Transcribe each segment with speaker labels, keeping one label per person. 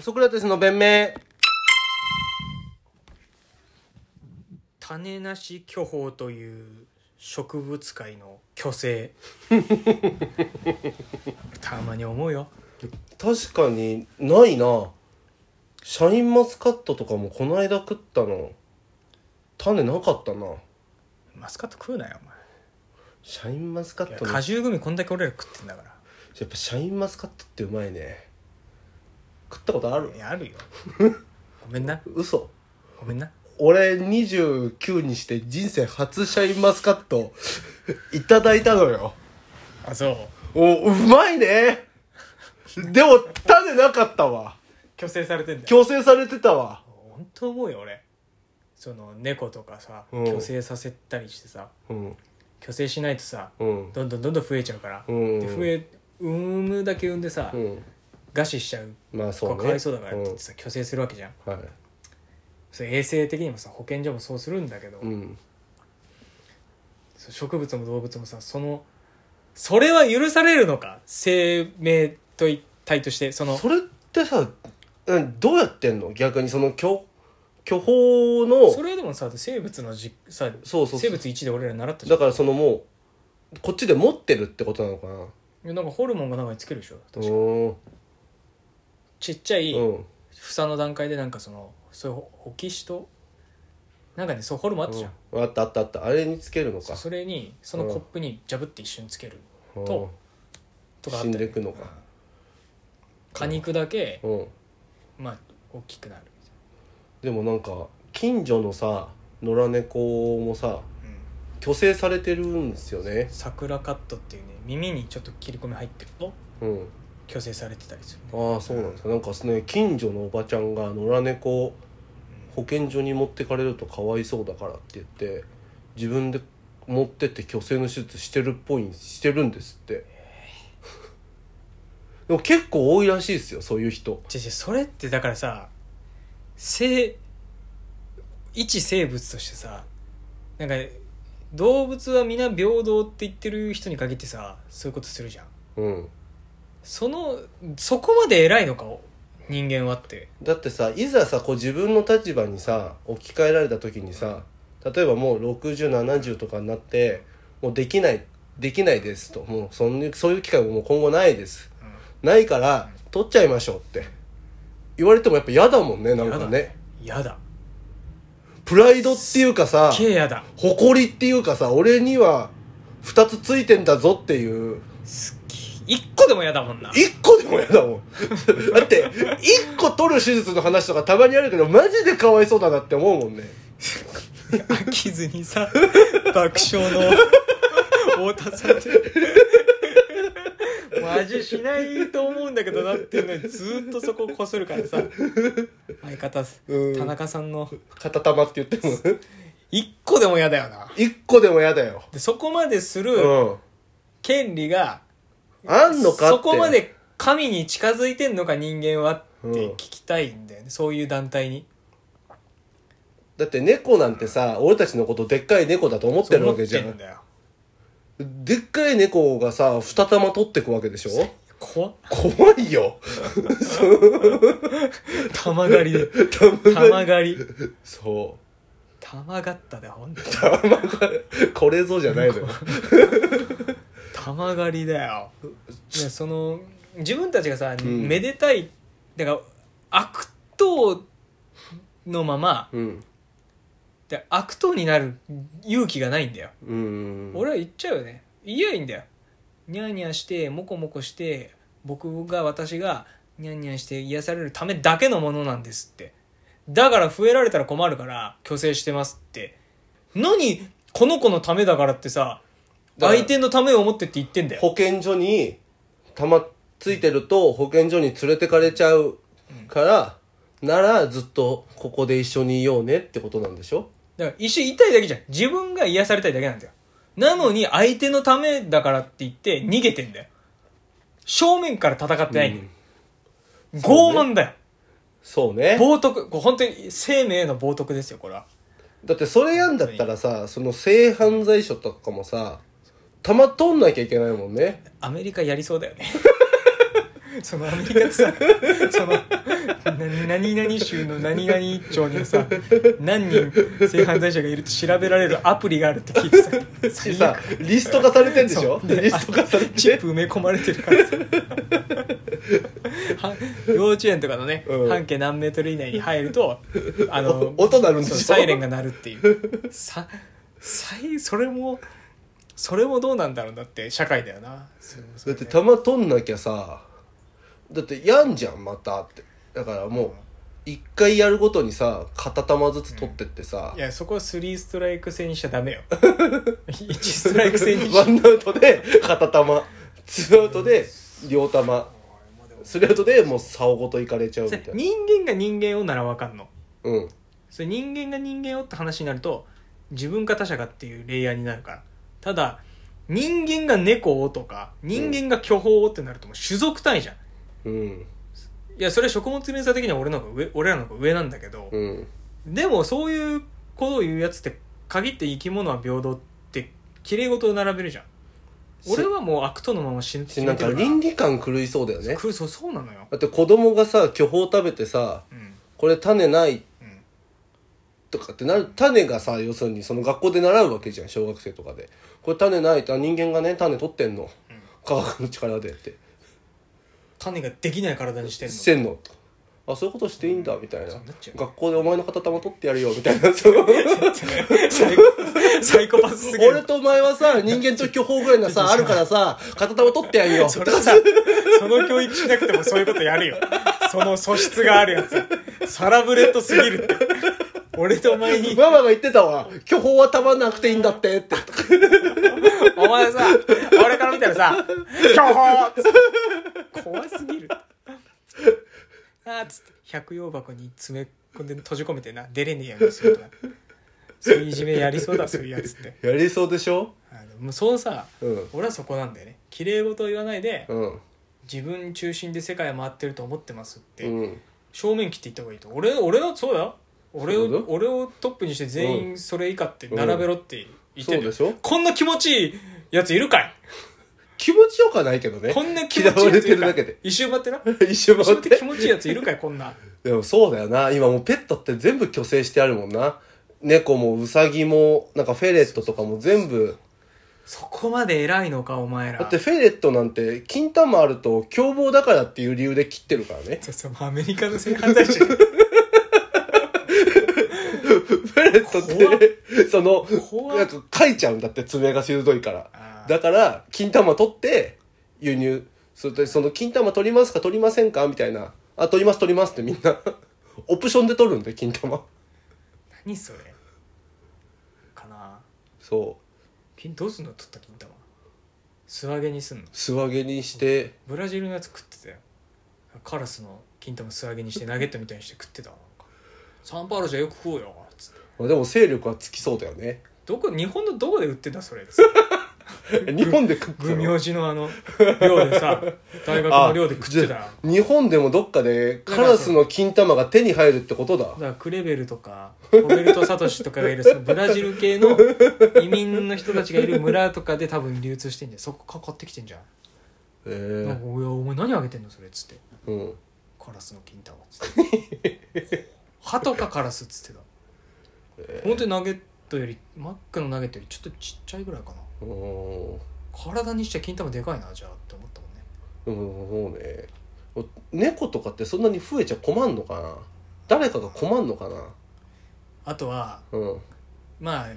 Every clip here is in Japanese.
Speaker 1: ソクラテスの弁明
Speaker 2: 種なし巨峰という植物界の巨星 たまに思うよ
Speaker 1: 確かにないなシャインマスカットとかもこの間食ったの種なかったな
Speaker 2: マスカット食うなよお
Speaker 1: シャインマスカッ
Speaker 2: 前い
Speaker 1: ト
Speaker 2: や
Speaker 1: の
Speaker 2: 果汁グミこんだけ俺ら食ってんだか
Speaker 1: やっぱシャインマスカットってうまいね食ったことある
Speaker 2: らいや あるよごめんな
Speaker 1: 嘘
Speaker 2: ごめんな
Speaker 1: 俺29にして人生初シャインマスカットいただいたのよ
Speaker 2: あそう
Speaker 1: おうまいねでも種なかったわ
Speaker 2: 虚勢されてんだよ
Speaker 1: 強制されてたわ
Speaker 2: 本当思うよ俺その猫とかさ
Speaker 1: うん
Speaker 2: 虚勢させたりしてさ
Speaker 1: うん
Speaker 2: 虚勢しないとさ
Speaker 1: うん
Speaker 2: どんどんどんどん増えちゃうから、
Speaker 1: うん
Speaker 2: で増え産むだけ産んでさ、
Speaker 1: うん
Speaker 2: 餓死しちゃう
Speaker 1: まあそ
Speaker 2: 子
Speaker 1: う
Speaker 2: が
Speaker 1: ね
Speaker 2: かわいそうだからって
Speaker 1: う
Speaker 2: 言っ
Speaker 1: ん
Speaker 2: てさ虚勢するわけじゃん
Speaker 1: はい
Speaker 2: それ衛生的にもさ保健所もそうするんだけど、
Speaker 1: うん
Speaker 2: そう植物も動物もさそのそれは許されるのか生命と一体としてその
Speaker 1: それってさうんどうやってんの逆にその巨巨峰の
Speaker 2: それでもさ生物のじさ
Speaker 1: そうそうそう
Speaker 2: 生物1で俺ら習ったじ
Speaker 1: だ
Speaker 2: ゃん
Speaker 1: からそのもうこっちで持ってるってことなのかない
Speaker 2: やなんかホルモンがなんかにつけるでしょ
Speaker 1: う
Speaker 2: 確か
Speaker 1: ーん
Speaker 2: ちっちゃい
Speaker 1: うん
Speaker 2: 房の段階でなんかそのそういうオキシトなんかねそうホルモンあったじゃん、
Speaker 1: うんあったあったあったあれにつけるの
Speaker 2: そ
Speaker 1: か
Speaker 2: うそれにそのコップにジャブって一緒につける
Speaker 1: うん
Speaker 2: ととかあっ
Speaker 1: 死
Speaker 2: た
Speaker 1: ん
Speaker 2: よね
Speaker 1: でくのか
Speaker 2: 果肉だけ、
Speaker 1: うん
Speaker 2: まあ大きくなるみ
Speaker 1: でもなんか近所のさ野良猫もさ
Speaker 2: たいな、うん
Speaker 1: 虚勢されてるんですよね
Speaker 2: 桜カットっていうね耳にちょっと切り込み入ってると
Speaker 1: うん
Speaker 2: 矯正されてたりする、ね、
Speaker 1: ああそうなんですかなんかその近所のおばちゃんが野良猫保健所に持ってかれるとかわいそうだからって言って自分で持ってって虚勢の手術してるっぽいんしてるんですって でも結構多いらしいですよそういう人
Speaker 2: じゃじゃそれってだからさ生一生物としてさなんか動物は皆平等って言ってる人に限ってさそういうことするじゃん
Speaker 1: うん
Speaker 2: そのそこまで偉いのか人間はって
Speaker 1: だってさいざさこう自分の立場にさ置き換えられた時にさ例えばもう6070とかになってもうできないできないですともうそんそういう機会ももう今後ないですないから取っちゃいましょうって言われてもやっぱ嫌だもんねなんかね
Speaker 2: やだ
Speaker 1: プライドっていうかさ
Speaker 2: けやだ
Speaker 1: 誇りっていうかさ俺には2つついてんだぞっていう
Speaker 2: すっげえ一個でもやだもんな
Speaker 1: 1個でも嫌だ もんだって1個取る手術の話とかたまにあるけどマジでかわいそうだなって思うもんね
Speaker 2: 飽きずにさ爆笑の太田さんってマジしないと思うんだけどなっていうのにずっとそこをこするからさ相方
Speaker 1: うん
Speaker 2: 田中さんの
Speaker 1: 片玉って言っても
Speaker 2: 一個でも嫌だよな
Speaker 1: 一個でも嫌だよ。
Speaker 2: でそこまです
Speaker 1: う
Speaker 2: る
Speaker 1: ん。
Speaker 2: 権利が
Speaker 1: あんのかって。
Speaker 2: そこま。で神に近づいてんのか人間はって聞きたいんだよね、そういう団体に
Speaker 1: だって猫なんてさ、俺たちのことでっかい猫だと思ってる
Speaker 2: 思
Speaker 1: わ
Speaker 2: っ
Speaker 1: けじ
Speaker 2: て
Speaker 1: ゃ
Speaker 2: ん
Speaker 1: ん。
Speaker 2: だよ
Speaker 1: でっかい猫がさ、二玉取ってくわけでしょ
Speaker 2: 怖っ
Speaker 1: 怖いよ。
Speaker 2: 玉狩り で玉狩り
Speaker 1: そ
Speaker 2: 玉狩ったでほんとに
Speaker 1: う。これぞじゃないのよ。
Speaker 2: 玉狩りだよいやその自分たちがさ、
Speaker 1: ん
Speaker 2: めでたいだから悪党のまま
Speaker 1: うん。
Speaker 2: で悪党になる勇気がないんだよ、
Speaker 1: うん。
Speaker 2: 俺は言っちゃうよね言えばいいんだよニャーニャーしてモコモコして僕が私がニャーニャーして癒されるためだけのものなんですってだから増えられたら困るから虚勢してますって何この子のためだからってさ
Speaker 1: だから
Speaker 2: 相手のためを思ってって言ってんだよ
Speaker 1: 保健所に、玉ついてると保健所に連れてかれちゃうから、ならずっとここで一緒にいようねってことなんでしょ
Speaker 2: だから一緒にいたいだけじゃん。自分が癒されたいだけなんだよ。なのに相手のためだからって言って逃げてんだよ。正面から戦ってないんだよ。傲慢だよ。
Speaker 1: そうね。
Speaker 2: 冒涜。これ本当に生命への冒涜ですよ、これは。
Speaker 1: だってそれやんだったらさその性犯罪者とかもさ玉取んなきゃいけないもんね
Speaker 2: アメリカやりそうだよね。そのアメリカってさ、その、何何々州の何々町にさ何人性犯罪者がいると調べられるアプリがあるって聞いて さ
Speaker 1: し
Speaker 2: 最
Speaker 1: さ
Speaker 2: 悪
Speaker 1: リスト化されてんでしょ
Speaker 2: そう
Speaker 1: リスト化され
Speaker 2: チッ
Speaker 1: て
Speaker 2: プ埋め込まれてるからさは幼稚園とかのね、
Speaker 1: うん
Speaker 2: 半径何メートル以内に入るとあの
Speaker 1: お音鳴るんでしょ
Speaker 2: そうサイレンが鳴るっていうささいそれもそれもどうなんだろうなって社会だよな
Speaker 1: だって弾取んなきゃさだってやんじゃんまたってだからもう一回やるごとにさ片玉ずつ取ってってさ
Speaker 2: い、やそこは3ストライク制にしちゃダメよ1ストライク制にしちゃ
Speaker 1: ワンアウトで片玉ツーアウトで両玉スリーアウトでもう竿ごといかれちゃうみ
Speaker 2: そ
Speaker 1: た
Speaker 2: れ
Speaker 1: いな
Speaker 2: 人間が人間をならわかんの
Speaker 1: うん
Speaker 2: それ人間が人間をって話になると自分か他者かっていうレイヤーになるからただ人間が猫をとか人間が巨峰をってなるともう種族単位じゃん
Speaker 1: うん
Speaker 2: いやそれは食物連鎖的には俺の方が上俺らの方が上なんだけど、
Speaker 1: うん
Speaker 2: でもそういうことを言うやつって限って生き物は平等って綺麗事を並べるじゃん
Speaker 1: し
Speaker 2: 俺はもう悪とのまま死ぬ死
Speaker 1: なん
Speaker 2: て
Speaker 1: か
Speaker 2: るから
Speaker 1: 倫理観狂いそうだよね
Speaker 2: くそうそうなのよ
Speaker 1: だって子供がさ巨峰食べてさ
Speaker 2: うん
Speaker 1: これ種ない
Speaker 2: うん
Speaker 1: とかってなる種がさ要するにその学校で習うわけじゃん小学生とかでこれ種ないとあ人間がね種取ってんの、科学の力でって
Speaker 2: 種ができない体にしてんの
Speaker 1: してんのとあそういうことしていいんだみたいな
Speaker 2: そうなっちゃう
Speaker 1: 学校でお前の片玉取ってやるよみたいなその
Speaker 2: サイコサイコパスすぎる
Speaker 1: 俺とお前はさ人間と巨峰ぐらいの さあるからさ片玉取ってやるよ
Speaker 2: それさ、その教育しなくてもそういうことやるよ。その素質があるやつ。サラブレッドすぎるって。俺とお前に、
Speaker 1: ママが言ってたわ巨峰は玉なくていいんだってって
Speaker 2: お前さ、俺から見たらさ、巨峰っつって怖すぎる。あーっつって、百葉箱に詰め込んで閉じ込めてな、出れねえようにするとか。そういういじめやりそうだ、そういうやつって。
Speaker 1: やりそうでしょ
Speaker 2: あのもうそうさ、
Speaker 1: うん
Speaker 2: 俺はそこなんだよね。綺麗事を言わないで、
Speaker 1: うん
Speaker 2: 自分中心で世界回ってると思ってますって。
Speaker 1: うん
Speaker 2: 正面切っていった方がいいと俺俺はそうだよ俺を
Speaker 1: そうだ
Speaker 2: 俺をトップにして全員それ以下って並べろって言ってる、
Speaker 1: うんそうでしょ
Speaker 2: こんな気持ちいいやついるかい
Speaker 1: 気持ちよくはないけどね
Speaker 2: こんな気持ちいい
Speaker 1: 嫌わ
Speaker 2: や
Speaker 1: れ
Speaker 2: つい
Speaker 1: て
Speaker 2: る
Speaker 1: る
Speaker 2: か
Speaker 1: だ
Speaker 2: い
Speaker 1: けで
Speaker 2: 一周回ってな
Speaker 1: 一周
Speaker 2: 一周
Speaker 1: 回っ
Speaker 2: 回って
Speaker 1: て
Speaker 2: 気持ちいいやついるかいこ んな
Speaker 1: でもそうだよな今もうペットって全部虚勢してあるもんな猫もウサギもなんかフェレットとかも全部
Speaker 2: そこまで偉いのかお前ら
Speaker 1: だってフェレットなんて金玉あると凶暴だからっていう理由で切ってるからね
Speaker 2: そうそうアメリカの性犯 罪者
Speaker 1: フェレット
Speaker 2: 怖
Speaker 1: っ
Speaker 2: って
Speaker 1: その
Speaker 2: 怖っ
Speaker 1: なんかかいちゃうんだって爪が鋭いから
Speaker 2: あー
Speaker 1: だから金玉取って輸入それでその金玉取りますか取りませんかみたいなあ取ります取りますってみんな オプションで取るんで金玉
Speaker 2: 何それかな
Speaker 1: そう
Speaker 2: ピンどうすんの取った金玉素揚げにすんの
Speaker 1: 素揚げにして
Speaker 2: ブラジルのやつ食ってたよカラスの金玉素揚げにしてナゲットみたいにして食ってたわなんかサンパウロじゃよく食おうよつって
Speaker 1: まあでも勢力はつきそうだよね
Speaker 2: どこ日本のどこで売ってんだ それつって
Speaker 1: 日本で食って
Speaker 2: 軍
Speaker 1: たの
Speaker 2: 用寺のあの寮でさ大学の寮で食ってた
Speaker 1: あ
Speaker 2: ら
Speaker 1: じゃあ日本でもどっかでカラスの金玉が手に入るってことだ
Speaker 2: だからクレベルとかホベルト・サトシとかがいるそのブラジル系の移民の人たちがいる村とかで多分流通してんじゃんそこか買ってきてんじゃん
Speaker 1: え
Speaker 2: 「なん
Speaker 1: ー
Speaker 2: かおやお前何あげてんのそれ」っつって
Speaker 1: うん、
Speaker 2: 「カラスの金玉」っつって「 ハトかカラス」っつってた本当にナゲットよりマックのナゲットよりちょっとちっちゃいぐらいかな
Speaker 1: うん
Speaker 2: 体にしちゃ金玉でかいなじゃあって思ったもんね
Speaker 1: でもそうね猫とかってそんなに増えちゃ困んのかな誰かが困んのかな
Speaker 2: あとは
Speaker 1: うんう
Speaker 2: まあ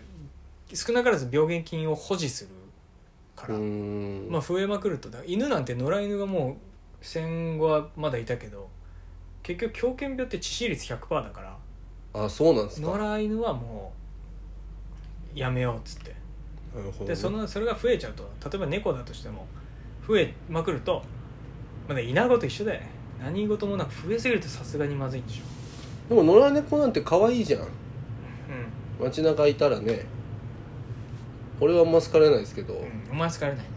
Speaker 2: 少なからず病原菌を保持するから、
Speaker 1: ーん
Speaker 2: まあ増えまくるとだ犬なんて野良犬がもう戦後はまだいたけど結局狂犬病って致死率100%だから
Speaker 1: あそうなんですか
Speaker 2: 野良犬はもうやめようっつって
Speaker 1: なるほどね
Speaker 2: でそのそれが増えちゃうと例えば猫だとしても増えまくると、まあね、イナゴと一緒だよね何事もなく増えすぎるとさすがにまずいんでし
Speaker 1: で
Speaker 2: ょ
Speaker 1: も野良猫なんて可愛いじゃん
Speaker 2: う
Speaker 1: 街中いたらね俺はあんま好かれないですけど、
Speaker 2: ん、うん、お前は好かれないね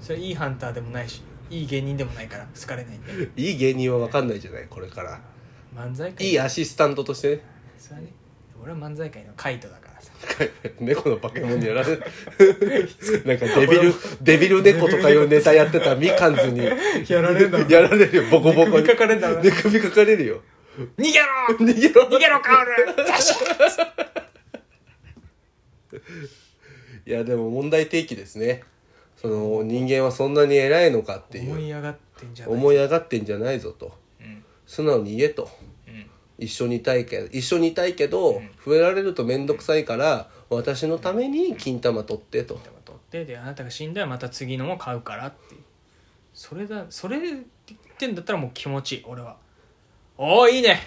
Speaker 2: それいいハンターでもないしいい芸人でもないから好かれないんで
Speaker 1: いい芸人は分かんないじゃないこれから
Speaker 2: 漫才界
Speaker 1: いいアシスタントとしてね
Speaker 2: それはね俺は漫才界のカイトだからさ
Speaker 1: 猫の化け物にやられなんかデビルデビル猫とかいうネタやってたみかんずに
Speaker 2: やられるんだ
Speaker 1: やられるよボコボコ
Speaker 2: 寝首かかれんだろうな
Speaker 1: 寝首かかれるよ
Speaker 2: 逃げろ
Speaker 1: 逃げろ
Speaker 2: 逃げろカオ ルザシャ
Speaker 1: いやでも問題提起ですねその人間はそんなに偉いのかっていう
Speaker 2: 思い上がってんじゃない
Speaker 1: 思い上がってんじゃないぞと
Speaker 2: うん
Speaker 1: 素直に言えと
Speaker 2: うん
Speaker 1: 一緒にいたいけ一緒にいたいけど、増えられると面倒くさいから私のために金玉取ってと
Speaker 2: 玉取ってであなたが死んだらまた次のも買うからっていうそれだそれって言ってんだったらもう気持ちいい俺は「おおいいね!」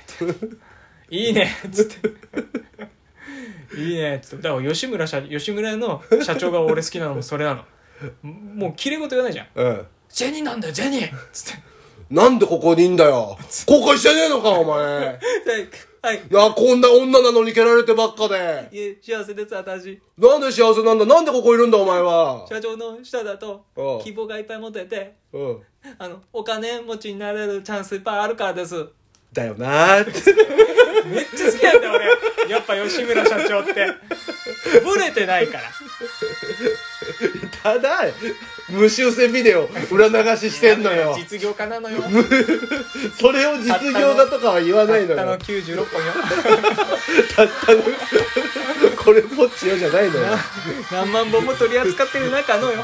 Speaker 2: いいね!」っつって「いいね!」っつってだから吉村社吉村の社長が俺好きなのもそれなのもうきれい事言わないじゃん
Speaker 1: うん
Speaker 2: 「銭なんだよ銭!」っつって
Speaker 1: なんでここにいんだ よ後悔してねえのかお前
Speaker 2: ではい
Speaker 1: いやこんな女なのに蹴られてばっかで
Speaker 2: いえ幸せです私
Speaker 1: なんで幸せなんだなんでここいるんだお前は
Speaker 2: 社長の下だと
Speaker 1: ああ
Speaker 2: 希望がいっぱい持てて
Speaker 1: うん
Speaker 2: あのお金持ちになれるチャンスいっぱいあるからです
Speaker 1: だよなー って
Speaker 2: めっちゃ好きなんだよ俺やっぱ吉村社長ってブレてないから
Speaker 1: ただ無修正ビデオ裏流ししてんのよ
Speaker 2: 実業家なのよ
Speaker 1: それを実業家とかは言わないの
Speaker 2: たったの
Speaker 1: よ
Speaker 2: 96本よ
Speaker 1: たったの これぽっちよじゃないのよ
Speaker 2: 何万本も取り扱ってる中のよ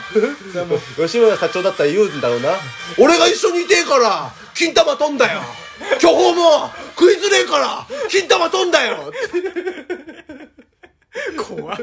Speaker 1: 吉村社長だったら言うんだろうな俺が一緒にいてえから金玉飛んだよ巨峰も食いづれえから金玉飛んだよ
Speaker 2: 怖っ